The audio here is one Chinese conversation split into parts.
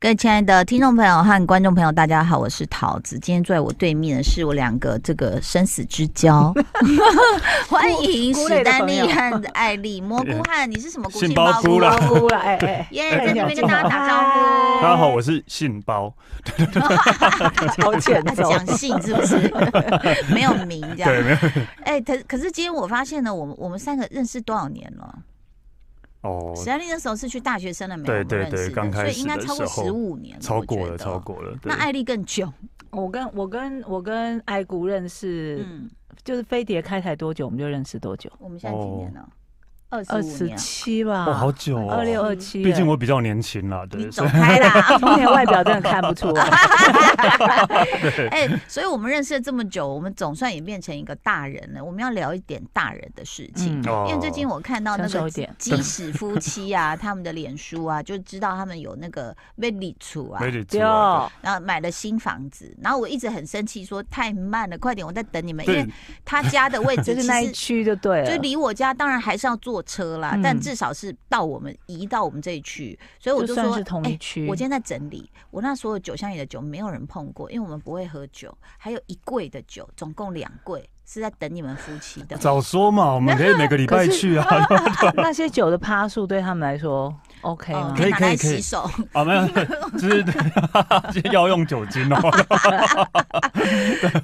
各位亲爱的听众朋友和观众朋友，大家好，我是桃子。今天坐在我对面的是我两个这个生死之 交，欢迎菇史类的丹朋利友和艾丽蘑菇汉，你是什么菇？杏杏鲍鲍菇啦哭 了，哎 哎，耶，哎在这边跟大家打招大呼。家好，我是信包，好欠哎他是揍。啊讲姓是不是？没有名这 对，样。 没有哎，可可是今天我发现呢，我们我们三个认识多少年了？哦，史丹利那时候是去啊大学生了没有？对我们认对识对的刚所开以应该始的超过时候十五年，超我过觉了，得超。过了。对那艾丽更久，我跟我跟我跟爱姑认识，嗯，就是飞碟开台多久我们就认识多久，我们现在几年了？二二十五十年。七吧，哦，好久哦，二六二七。毕竟我比较年轻啦，对你，走所以开啦！从你的外表真的看不 出来，哎、所以我们认识了这么久，我们总算也变成一个大人了。我们要聊一点大人的事情，嗯哦因为最近我看到那成熟个一点基使夫妻啊， 他们的脸书啊，就知道他们有那个被理处啊没。得对做啊哦，然后买了新房子，然后我一直很生气，说太慢了，快点，我在等你们，因对为他家的 位置就是那其一实区就对了，就离我家当然还是要坐车啦，嗯但至少是到我们移到我们这一区，所以我就说，算是同一哎区我今天在整理，我那所有酒箱里的酒没有人碰过，因为我们不会喝酒，还有一柜的酒，总共两柜是在等你们夫妻啊的。早说嘛，我们可以每个礼拜去啊， 那些酒的趴数对他们来说 OK 哦吗？可以拿来可以洗手。 啊，没有，就是就是要用酒精 哦，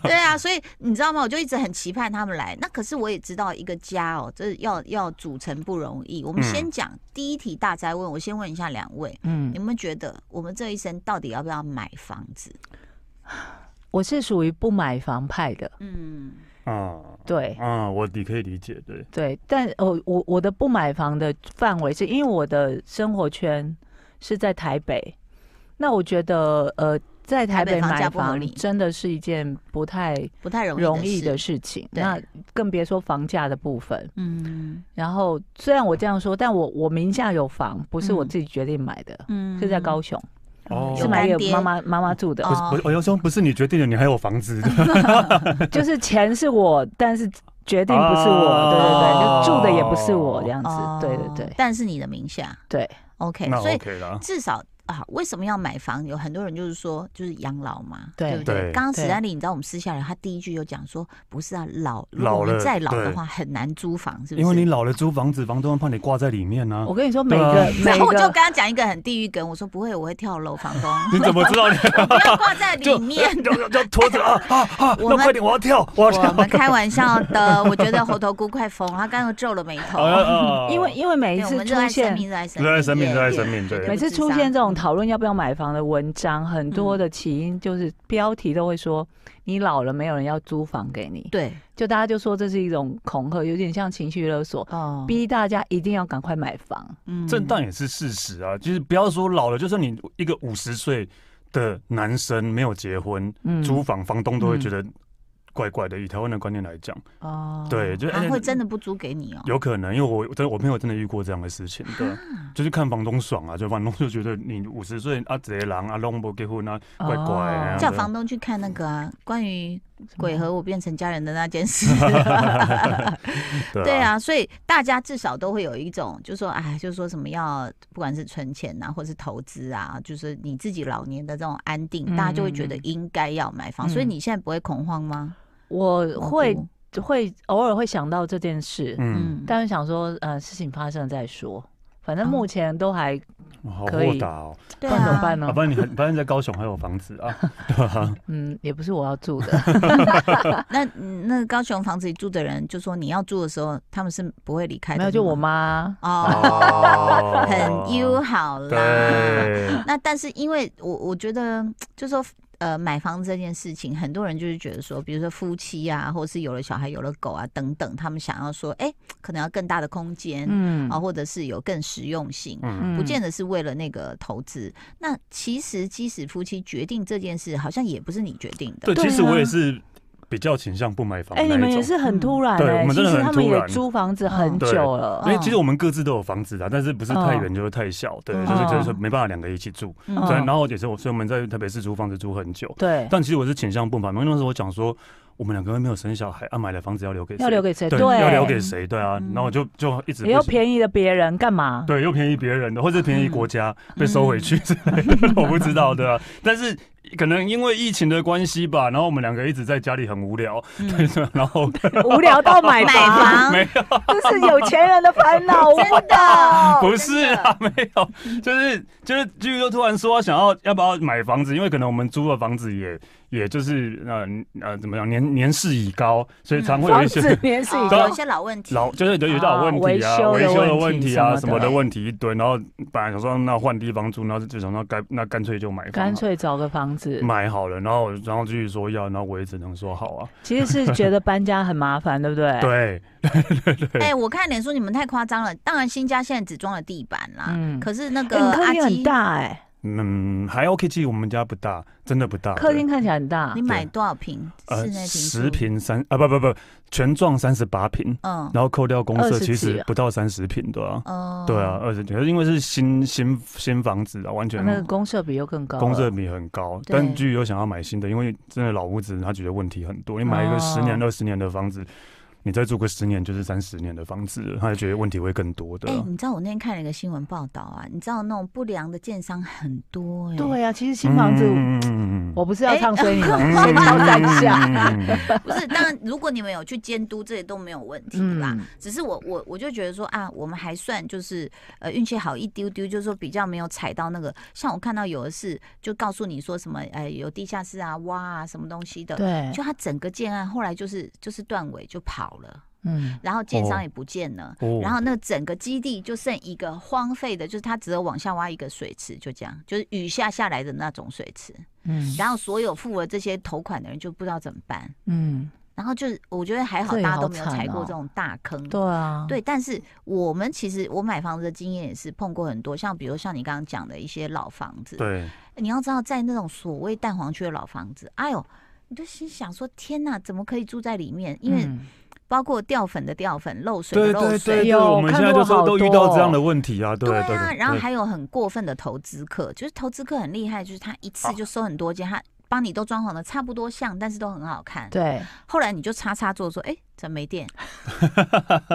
对啊，所以你知道吗？我就一直很期盼他们来。那可是我也知道一个家哦，这要要组成不容易。我们嗯先讲、第一题大灾问，我先问一下两位，嗯你，们觉得我们这一生到底要不要买房子？我是属于不买房派的，嗯。嗯对嗯，我你可以理解，对，对，但哦，我我的不买房的范围是因为我的生活圈是在台北，那我觉得呃，在台台北北房价买不合房理真的是一件不太不太容易容易的事。事情，对那更别说房价的部分。嗯然后虽然我这样说，但我我名下有房，不是我嗯自己决定买的，嗯是在高雄，哦是有干买给爹妈妈妈妈住的不，是，哦我我要说不是你决定的，你还有房 子，对就是钱是我，但是决定不是我，对哦对对，就住的也不是我这样子，哦对对对但是你的名下对， OK，那所以 OK 啦，至少啊，为什么要买房？有很多人就是说，就是养老嘛，对不对？对刚刚史对丹利，你知道我们私下聊，他第一句就讲说，不是啊，老如果老我们了再老的对话，很难租房，是不是？因为你老了租房子，房东会怕你挂在里面呢我，跟你说，每对啊个哦每然后我就个跟他讲一个很地狱梗，我说不会，我会跳楼，房东 你怎么知道你？不要挂在里面。就就就拖着啊啊啊！我那们快点，我要跳，我要我跳。们开玩笑的，我觉得猴头菇快疯了，他刚刚皱了眉 哦头。哎因为因为每一对，我次们出热爱生现，命，热爱生热命，爱生命耶热爱耶生命对绝每不次自出杀嗯现这种讨论要不要买房的文章，很多的起因就是标题都会说你老了没有人要租房给你，对就大家就说这是一种恐吓，有点像情绪勒索，哦，逼大家一定要赶快买房。嗯震荡也是事实啊，就是不要说老了，就算你一个五十岁的男生没有结婚，嗯哦租房房东都会觉得怪怪的。以台湾的观念来讲，哦对，就他哎啊会真的不租给你哦。有可能，因为我真的我朋友真的遇过这样的事情，对，就是看房东爽啊，就房东就觉得你五十岁啊，贼狼啊，弄不结婚啊，怪怪啊哦叫房东去看那个啊，关于鬼和我变成家人的那件事。对，啊，所以大家至少都会有一种，就说哎，就说什么要，不管是存钱啊，或是投资啊，就是你自己老年的这种安定，嗯大家就会觉得应该要买房。嗯所以你现在不会恐慌吗？我会蘑菇会偶尔会想到这件事，嗯，但是想说呃事情发生了再说，反正哦目前都还好可以嗯豁达哦，对办怎么啊办，啊，呢不？然你很，不然在高雄还有房子啊，嗯，也不是我要住 的。那那高雄房子里住的人就说你要住的时候，他们是不会离开的吗。没有，就我妈。哦哦，很友好啦。对。 那但是因为我我觉得就说。呃，买房子这件事情，很多人就是觉得说，比如说夫妻啊，或是有了小孩、有了狗啊等等，他们想要说，哎、可能要更大的空间、嗯啊，或者是有更实用性，嗯嗯不见得是为了那个投资。那其实，即使夫妻决定这件事，好像也不是你决定的对，。其实对啊我也是比较倾向不买房那哎、一种。你们也是很突然、嗯对哎我们真的其实很他们突也然租房子很嗯久了，哎、其实我们各自都有房子的，啊但是不是太远嗯就是太小，对，嗯就是就是没办法两个一起住。嗯所以嗯然后也是我，所以我们在特别是租房子租很久。对，但其实我是倾向不买，因为那时候我讲说，我们两个人没有生小孩，啊，买了房子要留给谁要留给谁？对，对，嗯要留给谁？对啊，然后我就就一直也不要行便宜了嗯别人干嘛？对，又便宜别人的，或者便宜国家、被收回去之类嗯的， 我不知道，对啊。但是可能因为疫情的关系吧，然后我们两个一直在家里很无聊， 对，然后无聊到买买房，房 没有，这是有钱人的烦恼。哦真哦的， 不是啊，没有，就是就是，居哥突然说想要要不要买房子，因为可能我们租的房子也也就是呃呃怎么样年年事已高，所以常会嗯有房一些子年是一对哦啊有一些老问题， 老就是有遇到问题啊，啊维维修修的的问问题题啊什什么么的的问题一堆，然后本来想说那换地方住，然后就想说干那干脆就买房，啊干脆找个房子，买好了，然后然后继续说要，然后我也只能说好啊，其实是觉得搬家很麻烦，对不对？，对，哎、我看脸书你们太夸张了。当然，新家现在只装了地板啦，嗯可是那个你客阿厅很基，大哎，嗯，还 OK，其实我们家不大，真的不大，客对厅看起来很大你，买多少平？室啊呃内平数十，平三啊不不不，全幢三十八平，嗯，然后扣掉公社， 20其几实啊不到三十平的啊，哦对啊，，二十几，可是因为是新新新房子啊，完全那个公设比又更高了，公设比很高，对但居有想要买新的，因为真的老屋子他觉得问题很多，你买一哦个十年二十年的房子。你再住个十年就是三十年的房子了，他就觉得问题会更多的哎、啊、你知道我那天看了一个新闻报道啊，你知道那种不良的建商很多哎、对啊，其实新房子，嗯嗯嗯嗯我不是要唱衰你们，嗯先敲三下。嗯嗯嗯嗯不是，当然如果你们有去监督，这些都没有问题啦。嗯，只是我我我就觉得说啊，我们还算就是呃运气好一丢丢，就是说比较没有踩到那个。像我看到有的是就告诉你说什么呃有地下室啊挖啊什么东西的，对，就他整个建案后来就是就是断尾就跑了，嗯，然后建商哦也不见了， 哦然后那整个基地就剩一个荒废的，就是他只有往下挖一个水池，就这样，就是雨下下来的那种水池。嗯然后所有付了这些头款的人就不知道怎么办，嗯，然后就是我觉得还好这也大家好都没有惨踩过哦这种大坑。对啊，对，但是我们其实我买房子的经验也是碰过很多，像比如像你刚刚讲的一些老房子，对，你要知道，在那种所谓蛋黄区的老房子，哎呦，你就心想说：天哪，怎么可以住在里面？因为嗯包括掉粉的掉粉，漏水的对漏水，对对对，有我们哎看现在过就说好都遇多到这样的问题啊，对对对啊。对然后还有很过分的投资客，就是投资客很厉害，就是他一次就收很多间，他帮你都装潢的差不多像，但是都很好看。对，后来你就叉叉做说：哎，怎么没 电？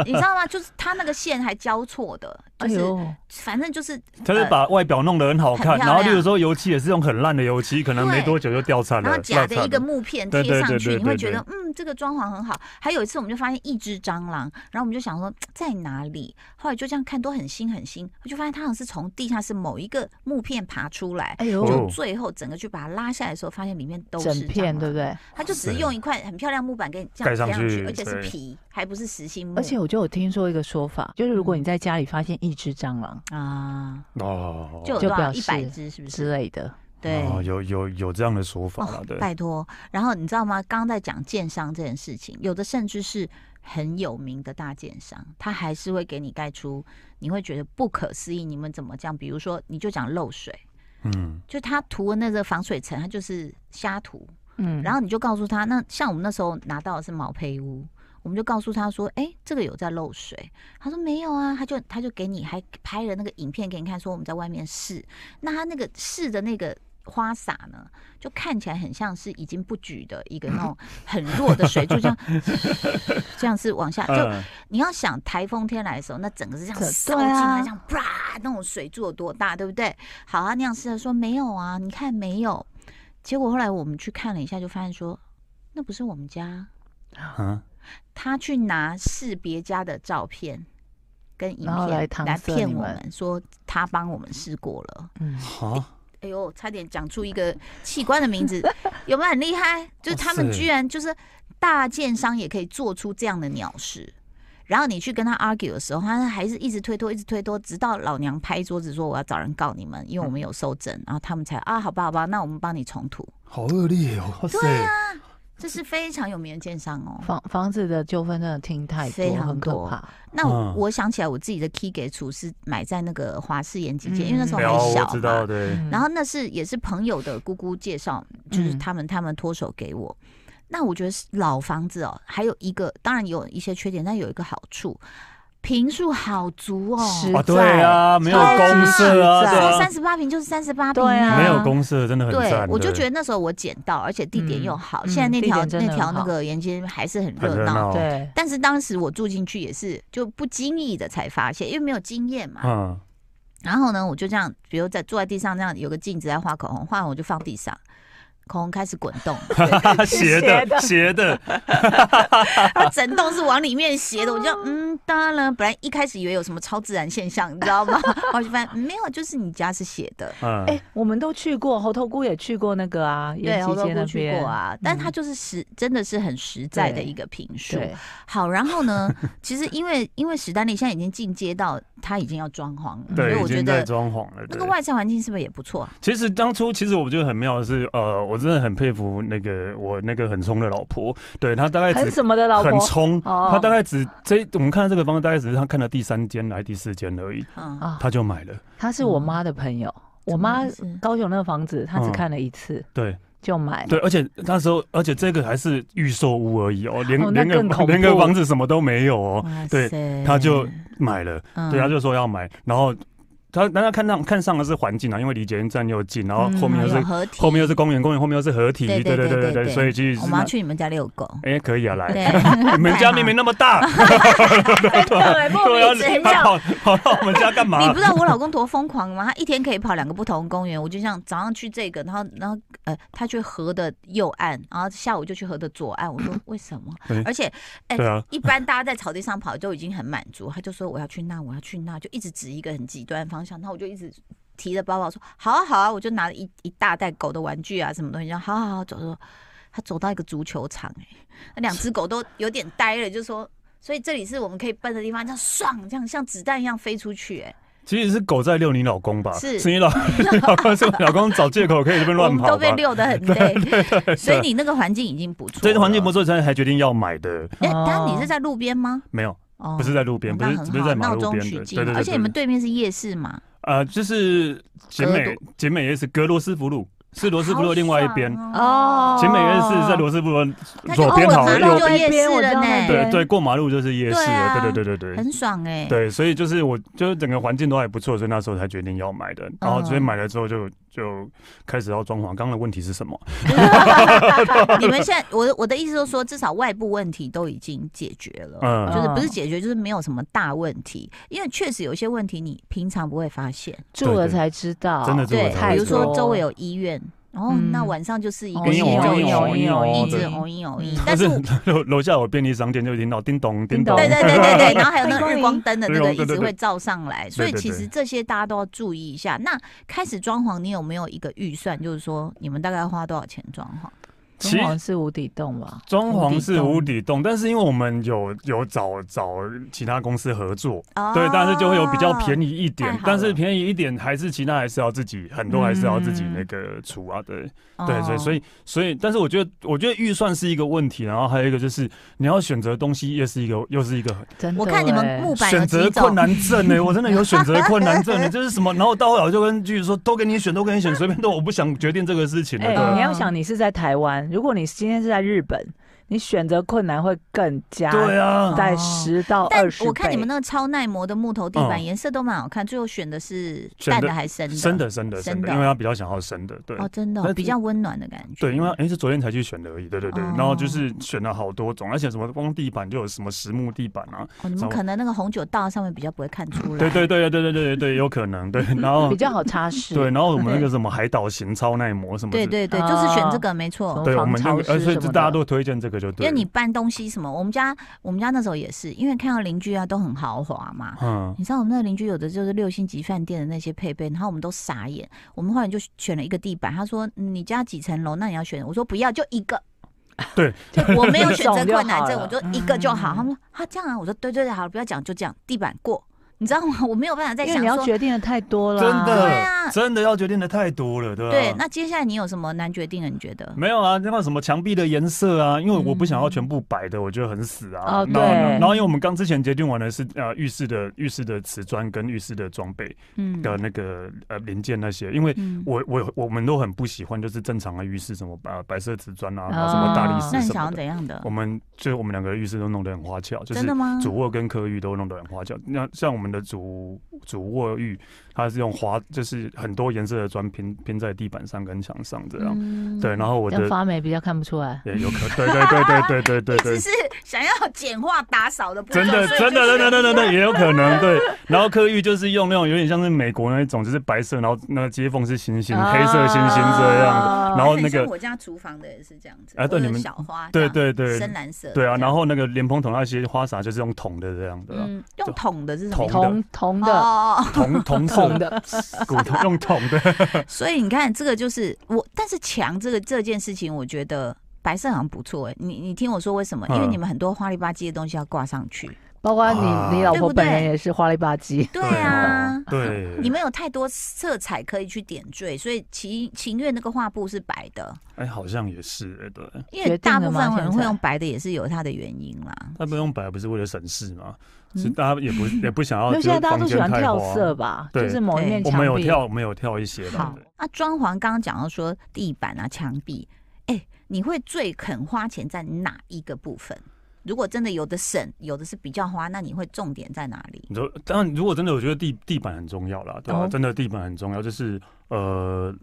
你知道吗？就是他那个线还交错的，就哎是、呦，反正就是他是把外表弄得很好看，呃很漂然后亮例如说油漆也是用很烂的油漆，可能没对多久就 掉漆了，然后假的烂一个惨了木片对贴对上对去，对你会对觉得对嗯，这个装潢很好。还有一次，我们就发现一只蟑螂，然后我们就想说在哪里，后来就这样看，都很新很新，我就发现它好像是从地下室某一个木片爬出来，哎呦，哦就最后整个去把它拉下来的时候，发现里面都是啊整片蟑对螂不？对？它就只是用一块很漂亮木板给你这样盖上贴上去，去而且是对皮，还不是实心木。而且我就有听说一个说法，就是嗯如果你在家里发现一只蟑螂啊，哦，就有就多少表一百示只是不之是？类的，对。哦，有有有这样的说法了，啊对，哦拜托。然后你知道吗？刚刚在讲建商这件事情，有的甚至是很有名的大建商，他还是会给你盖出你会觉得不可思议，你们怎么这样？比如说，你就讲漏水，嗯，就他涂的那个防水层，他就是瞎涂，嗯，然后你就告诉他，那像我们那时候拿到的是毛坯屋。我们就告诉他说：“哎、这个有在漏水。”他说：“没有啊。”他就他就给你还拍了那个影片给你看，说我们在外面试。那他那个试的那个花洒呢，就看起来很像是已经不举的一个那种很弱的水柱，这样 这样是往下。就嗯你要想台风天来的时候，那整个是这样这烧进对啊来，这样啪，那种水柱有多大，对不对？好啊，那样试着说没有啊，你看没有。结果后来我们去看了一下，就发现说那不是我们家，嗯，他去拿是别家的照片跟影然后来片搪来塞骗你我们们，说他帮我们试过了。嗯，好，哎呦，差点讲出一个器官的名字，有没有很厉害？就是他们哇塞居然就是大建商也可以做出这样的鸟事。然后你去跟他 argue 的时候，他还是一直推脱，一直推脱，直到老娘拍桌子说我要找人告你们，因为我们有收证， 然后他们才啊，好吧，好吧，那我们帮你重涂。好恶劣哦，哇塞，啊这是非常有名的建商嗯哦。嗯房房子的纠纷真的听太非多，常很可多怕。那我,、嗯想起来，我自己的 key 给厨师买在那个华氏延吉街，因为那时候嗯还有小我嘛。知道，对，嗯然后那是也是朋友的姑姑介绍，就是他们他们脱手给我。那我觉得是老房子哦，还有一个当然有一些缺点，但有一个好处，平数好足哦，是啊，对啊，没有公社啊，对说啊三，十八平就是三十八平对啊没有公社真的很对赞，。我就觉得得那时候我捡到，而且地点又好。嗯现在那条地点真的那条很那好个沿街还是很很热热闹，闹，，对，但是当时我住进去也是就不经意的才发现，因为没有经验嘛。嗯， 然后呢，我就这样，比如在坐在地上这样，有个镜子在画口红，画完我就放地上，口红开始滚动，斜 的斜的，它整栋是往里面斜的， 我就嗯，当然，本来一开始以为有什么超自然现象，你知道吗？ 后来就发现嗯没有，就是你家是斜的。嗯，哎，我们都去过，猴头菇也去过那个啊，对，延我吉都街那过去边嗯过，啊，但它就是实，真的是很实在的一个评述。对，好，然后呢，其实因为因为史丹利现在已经进阶到他已经要装潢了，所以对，已我觉经在得装潢了，那对个外在环境是不是也不错啊？其实当初，其实我觉得很妙的是，呃，我真的很佩服那个我那个很冲的老婆，对她大概很只什么的老婆很，冲，哦她大概只这我们看到这个方，大概只是她看到第三间来第四间而已，嗯，啊她就买了。她是我妈的朋友，我妈什么意思高雄那个房子，她只嗯看了一次对就买了，对，而且那时候，而且这个还是预售屋而已哦，连、哦那连个更恐怖连个房子什么都没有哦，哇对塞她就买了。嗯对，他就说要买，然后他大家看上看上的是环境啊，因为离捷运站又近，然后嗯后面还又有是、合体，后面又是公园，公园后面又是合体，哎对对对对对对对所以其实我是们要去你们家遛狗，哎、可以啊，来，对， 你们 家明明那么大，真的哎，莫名其对啊，他妙，跑跑到我们家干嘛？你不知道我老公多疯狂吗？他一天可以跑两个不同公园，我就像早上去这个，然后然后呃，他去河的右岸，然后下午就去河的左岸。我 说为什么对？而且哎、对啊一般大家在草地上跑就已经很满足，他就说我要去那，我要去那，就一直指一个很极端的方向。那我就一直。提着包包说好啊好啊，我就拿了一一大袋狗的玩具啊，什么东西，然后好好好走走，他走到一个足球场、哎，那两只狗都有点呆了，就说，所以这里是我们可以奔的地方，这样爽，这样像子弹一样飞出去、哎， 其实是狗在遛你老公吧？是你老你老公是老公找借口可以这边我乱们跑都被吧？溜 得很累，所以你那个环境已经不错。所以环境不错。错，才还决定要买的，哎，哦但你是在路边吗？没有，哦不是在路边，哦不那是很不是好，在马闹路中边的，取对经对。对而且你们对对面是夜市嘛，呃，就是景格美鲁景美也是格罗斯福路，是罗斯福路的另外一边。哦景美夜市在罗斯福路啊那就左边好哦了，我马上右就边夜市我知了道那呢，边对对，过马路就是夜市对啊了，对对对对对。很爽哎。对，所以就是我，就是整个环境都还不错，所以那时候才决定要买的。然后所以买了之后就就开始要装潢。刚刚的问题是什么？你们现在，我我的意思就是说，至少外部问题都已经解决了。嗯， 就是不是解决，就是没有什么大问题，因为确实有些问题你平常不会发现，住了对对才知道，真的住了对才太，比会如知道说周围有医院，哦，嗯那晚上就是一个哦因为我急因救为手我因为我一直对偶一偶一嗯，但是我 楼楼下有便利商店就听到叮咚叮咚，对对对 对对，然后还有那个日光日灯光灯的那日个光一灯直对对会照上来，所以对对其实这些大家都要注意一下。那开始装潢，你有没有一个预算？就是说你们大概要花多少钱装潢？其中实潢是无底洞吧？装潢是无无底底洞，但是因为我们有有找找其他公司合作，哦对，但是就会有比较便宜。宜一太点好，但是了便宜一点还是其他还是要自己很多还是要自己那个出啊，对哦对，所以所以以所以，但是我觉得我觉得预算是一个问题，然后还有一个就是你要选择东西也是一个又是一个真的，我欸看你们木板有选择几困种，难症 欸呢、我真的有选择困难症呢、欸这是什么？然后到后来我就跟剧说都给你选，都给你选，随便都我不想决定这个事情了，哎、对你要想你是在台湾，如果你今天是在日本，你选择困难会更加对啊，在哦十到但二十倍。我看你们那个超耐磨的木头地板，嗯颜色都蛮好看，最后选的是选淡的的还是深的？生的生的生真的，的因为他比较想要生的，对。哦，真的但哦是比较温暖的感觉。对，因为哎、是昨天才去选的而已，对对对，哦然后就是选了好多种，而且什么光地板就有什么实木地板啊，哦，你们早可能那个红酒倒上面比较不会看出来。对对对对对对对对，有可能对，然后比较好擦拭。对，然后我们那个什么海岛型超耐磨什么对之，对对，啊就是选这个没错哦。对，我们那防潮个，湿呃所以什么这的大家都推荐这个就因对为了，你搬东西什么，我们家我们家那时候也是，因为看到邻居啊都很豪华嘛。嗯，你知道我们那个邻居有的就是六星级饭店的那些配备，然后我们都傻眼。我们后来就选了一个地板，他说、嗯你家几层楼，那你要选。我说不要，就一个。对， 我没有选择困难一症，种就我好了嗯就一个就好。他们说啊这样啊，我说对对对，好了，不要讲，就这样，地板过。你知道吗？我没有办法再因为想你要说。决定的太多了真啊，的、对啊真的要决定的太多了，对吧、啊对，那接下来你有什么难决定的？你觉得？没有啊，那个什么墙壁的颜色啊，因为我不想要嗯全部白的，我觉得很死啊。哦然后对然后因为我们刚之前决定完的是呃浴室的浴室的瓷砖跟浴室的装备嗯的那个呃零件那些，因为嗯我我我们都很不喜欢就是正常的浴室什么白白色瓷砖啊，哦然后什么大理那石你什想么要的。怎样的我？们就是我们两个的浴室都弄得很花俏，就是真的吗？主卧跟客浴都弄得很花俏。那像我们的主主卧浴，它是用花，就是很多颜色的砖拼拼在地板上跟墙上这样。嗯对，然后我这样的发霉比较看不出来。也有可，对对对对对对对一直对。是想要简化打扫的步骤，真的，所以真的，就是真的，真的，真的也有可能对。然后客浴就是用那种有点像是美国那一种，就是白色，然后那个接缝是星星，啊黑色星星这样的。然后哦很那像个，我家厨房的也是这样子，啊对或者你们小花这对样，对对深蓝色的这对样，啊，然后那个莲蓬头那些花洒就是用铜的这样的啊，嗯，用桶的是什么桶意思？铜铜哦的哦哦铜铜色铜的，骨头用铜的， 所以你看，这个就是我，但是墙这个这件事情，我觉得白色好像不错哎、你你听我说为什么？因为嗯你们很多花里吧唧的东西要挂上去。包括啊你你老对婆不本人对也是花里吧唧。对啊，对。你们有太多色彩可以去点缀，所以情情愿那个画布是白的，哎，好像也是，哎对，因决为定大了部吗分人现会在用白的，也是有它的原因啦。他们用白不是为了省事嘛，嗯是大家也不也不想要，因为现在大家都啊就是喜欢房间太跳花色。吧，对就是某一面我墙壁。们有跳，我们有跳一些的好，那装潢刚刚讲到说地板啊、墙壁，哎、你会最肯花钱在哪一个部分？如果真的有的省，有的是比较花，那你会重点在哪里？你说，当然，如果真的，我觉得地地板很重要啦，对吧、哦真的地板很重要，就是呃。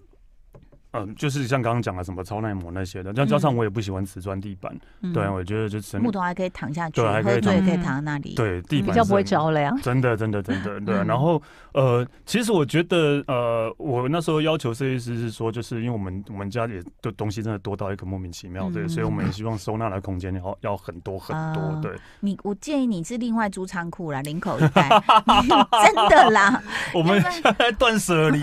嗯，就是像刚刚讲的什么超耐磨那些的，再加上嗯我也不喜欢瓷砖地板，嗯对，啊我觉得就是木头还可以躺下去，对啊还可以喝醉也躺可以躺在那里。，对地板嗯比较是不会很着凉。 真的，真的，真的，对啊。嗯然后，呃，其实我觉得，呃，我那时候要求设计师是说，就是因为我们我们家也就东西真的多到一个莫名其妙，对，嗯所以我们也希望收纳的空间要要很多很啊多，对。你我建议你是另外租仓库啦，领口一带， 真的啦，我们要不然现在断舍离，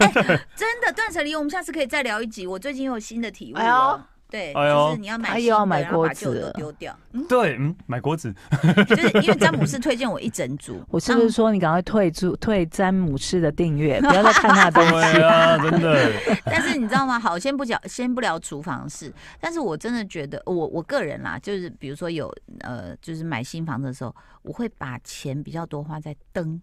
真的。断舍离，我们下次可以再聊一集。我最近又有新的体悟哎呦了。对，哎呦就是你要买哎新呦的，买然后把锅旧子的了丢掉。嗯， 对，嗯，买果子，就是因为詹姆斯推荐我一整组， 我是不嗯是说你赶快退出退詹姆士的订阅，不要再看他的东西对？啊，真的， 但是你知道吗？好，先不讲， 先不聊厨房事。但是我真的觉得，我我个人啦，就是比如说有呃，就是买新房子的时候，我会把钱比较多花在灯。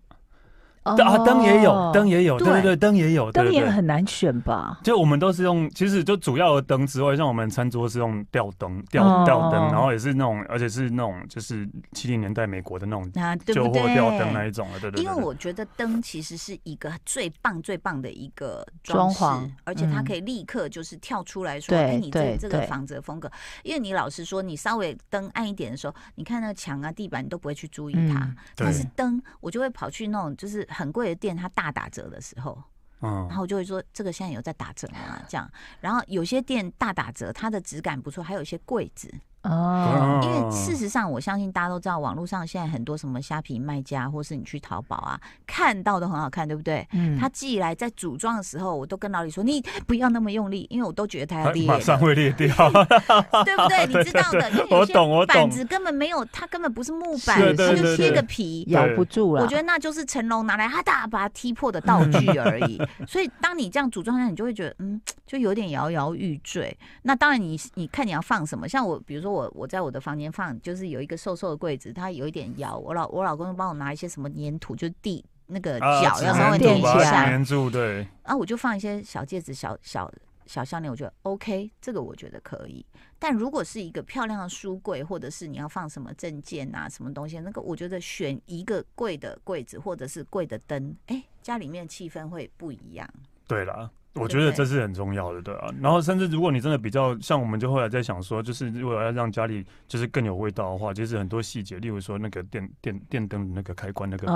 哦啊，灯也有，灯也也有，对对对对，灯也有， 对灯对也对。很难选吧？就我们都是用，其实就主要的灯之外，像我们餐桌是用吊灯、哦吊吊灯，然后也是那种，而且是那种就是七零年代美国的那种啊，对旧不货对？吊灯那一种了，对对对。因为我觉得灯其实是一个最棒、最棒的一个饰装潢而且它嗯可以立刻就是跳出来说：“对哎，你这对这个对房子的风格。”因为你老实说，你稍微灯暗一点的时候，你看那个墙啊、地板，你都不会去注意它。嗯对但是灯，我就会跑去那种就是很贵的店，它大打折的时候，嗯然后我就会说：“这个现在有在打折吗？”这样。然后有些店大打折，它的质感不错，还有一些柜子。 哦，嗯因为事实上，我相信大家都知道，网络上现在很多什么虾皮卖家，或是你去淘宝啊，看到都很好看，对不对？嗯他寄来在组装的时候，我都跟老李说，你不要那么用力，因为我都觉得它要它裂啊马上了，会裂掉，对不 对？你知道的，因为有我些懂我板懂子根本没有，它根本不是木板，是它是就是贴个皮。咬不住了。我觉得那就是成龙拿来哈大把它踢破的道具而已。所以当你这样组装下，你就会觉得嗯，就有点摇摇欲坠。那当然你，你看你要放什么？像我，比如说我我在我的房间放，就是有一个瘦瘦的柜子，它有一点摇。我老我老公就帮我拿一些什么粘土，就地那个 啊脚要稍微粘垫土一把它下，粘住对，啊，我就放一些小戒指、小小小项链，我觉得 OK，这个我觉得可以。但如果是一个漂亮的书柜，或者是你要放什么证件啊、什么东西，那个我觉得选一个贵的柜子，或者是贵的灯，哎、家里面气氛会不一样。对啦。我对觉得这是很重要的，对啊。然后，甚至如果你真的比较像我们，就后来在想说，就是如果要让家里就是更有味道的话，其实很多细节，例如说那个电电电灯的那个开关那个板，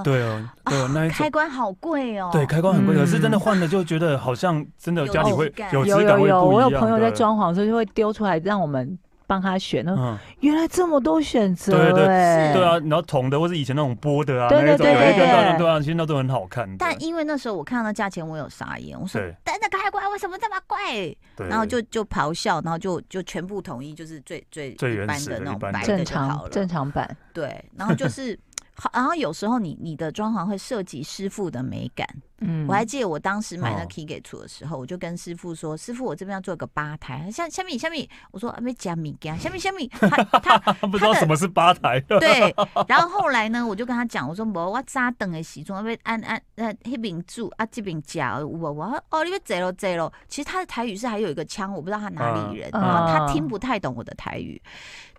哦，对啊，对啊，那一种开关好贵哦。对开关很贵，可是嗯真的换了就觉得好像真的有家里质会感有质有感有会有，不我一有样。朋友在对，装潢的时候就会丢出来让我们帮他选。那嗯，原来这么多选择，对对哎对啊，然后铜的或是以前那种波的啊，对那一对种对有一根对那种对啊，其实那都很好看的。但因为那时候我看到那价钱，我有傻眼，我说对：“但那开关为什么这么贵？”对然后就就咆哮，然后就就全部统一，就是最最最一原般始的的那一种般的白的正就好常了。正常版。对，然后就是 好，然后有时候你你的装潢会涉及师傅的美感。嗯我还记得我当时买那哦 key 给厨的时候，我就跟师傅说：“师傅，我这边要做个吧台，像下面下面，我说没加米加，下面下面，他 他他不知道什么是吧台。对，然后后来呢，我就跟他讲，我说无，我早等的时钟要按按呃迄边住啊，这边夹有无？我说哦，你要坐咯坐咯。其实他的台语是还有一个腔，我不知道他哪里人，嗯然后他嗯听不太懂我的台语。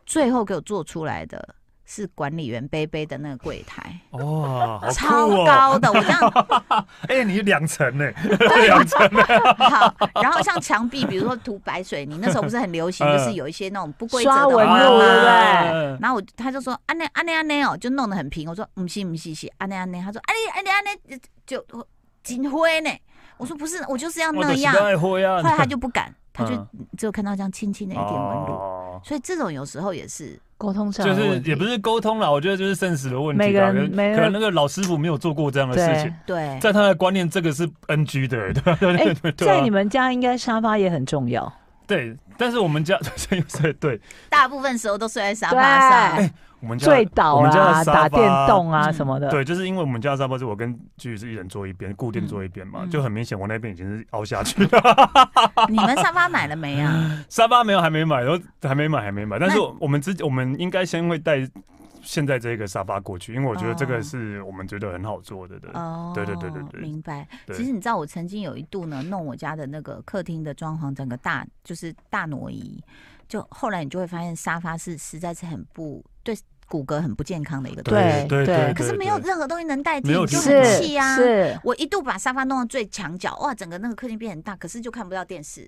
最后给我做出来的是管理员杯杯的那个柜台， 哇，好超酷哦！啊高的，我这样 哎，你两层呢？ 好，然后像墙壁，比如说涂白水泥，那时候不是很流行，嗯就是有一些那种不规则刷的纹花路，嘛对不对？哎然后我他就说安内安内安内哦，就弄得很平。我说嗯唔是唔是啊是安内安内，他说安内安内安内就金灰呢。我说不是，我就是要我那就是样。爱灰啊后来他 就不敢，他就嗯只有看到这样轻轻的一点纹路。哦所以这种有时候也是沟通上的就是问题也不是沟通啦，我觉得就是生死的问题每个啦。人可能每个人可能那个老师傅没有做过这样的对哎事情，对，在他的观念，这个是 NG 的， 对对对对对啊。在你们家应该沙发也很重要，对，但是我们家 对对对，大部分时候都睡在沙发上对。我们家醉倒我们家啊、的沙发打电动啊嗯什么的。对，就是因为我们家的沙发是我跟居宇是一人坐一边，固定坐一边嘛，嗯嗯就很明显我那边已经是凹下去了。 你们沙发买了没啊？沙发没有，还没买，然后还没买，还没买。但是我我们之我们应该先会带现在这个沙发过去，因为我觉得这哦个是我们觉得很好做的，对。哦，对对对对对明白。对其实你知道，我曾经有一度呢，弄我家的那个客厅的装潢，整个大就是大挪移。就后来你就会发现，沙发是实在是很不对骨骼很不健康的一个东西。对对对对，可是对没有对任何东西能代替，没有你就替很代是气啊呀、是，我一度把沙发弄到最墙角，哇，整个那个客厅变很大，可是就看不到电视，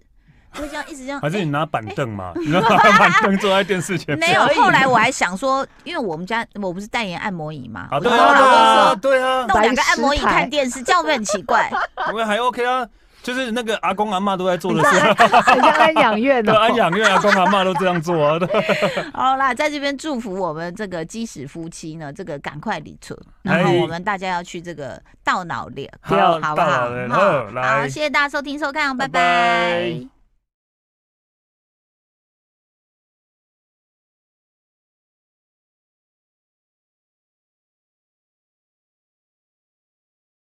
就会这样一直这样。还是哎你拿板凳 嘛， 你拿板凳坐在电视前面。没有，后来我还想说，因为我们家我不是代言按摩椅嘛，啊，我对就啊，跟对我老公啊，说，对啊，弄两个按摩椅白痴台看电视，这样会不会很奇怪？我们还 OK 啊，就是那个阿公阿妈都在做的事，很像安养院 对，哦。安养院阿公阿妈都这样做啊，对好啦，在这边祝福我们这个基石夫妻呢，这个赶快理出，然后哎我们大家要去这个倒脑裂，好好不倒好脑？裂好好来嗯好，谢谢大家收听收看，拜拜拜拜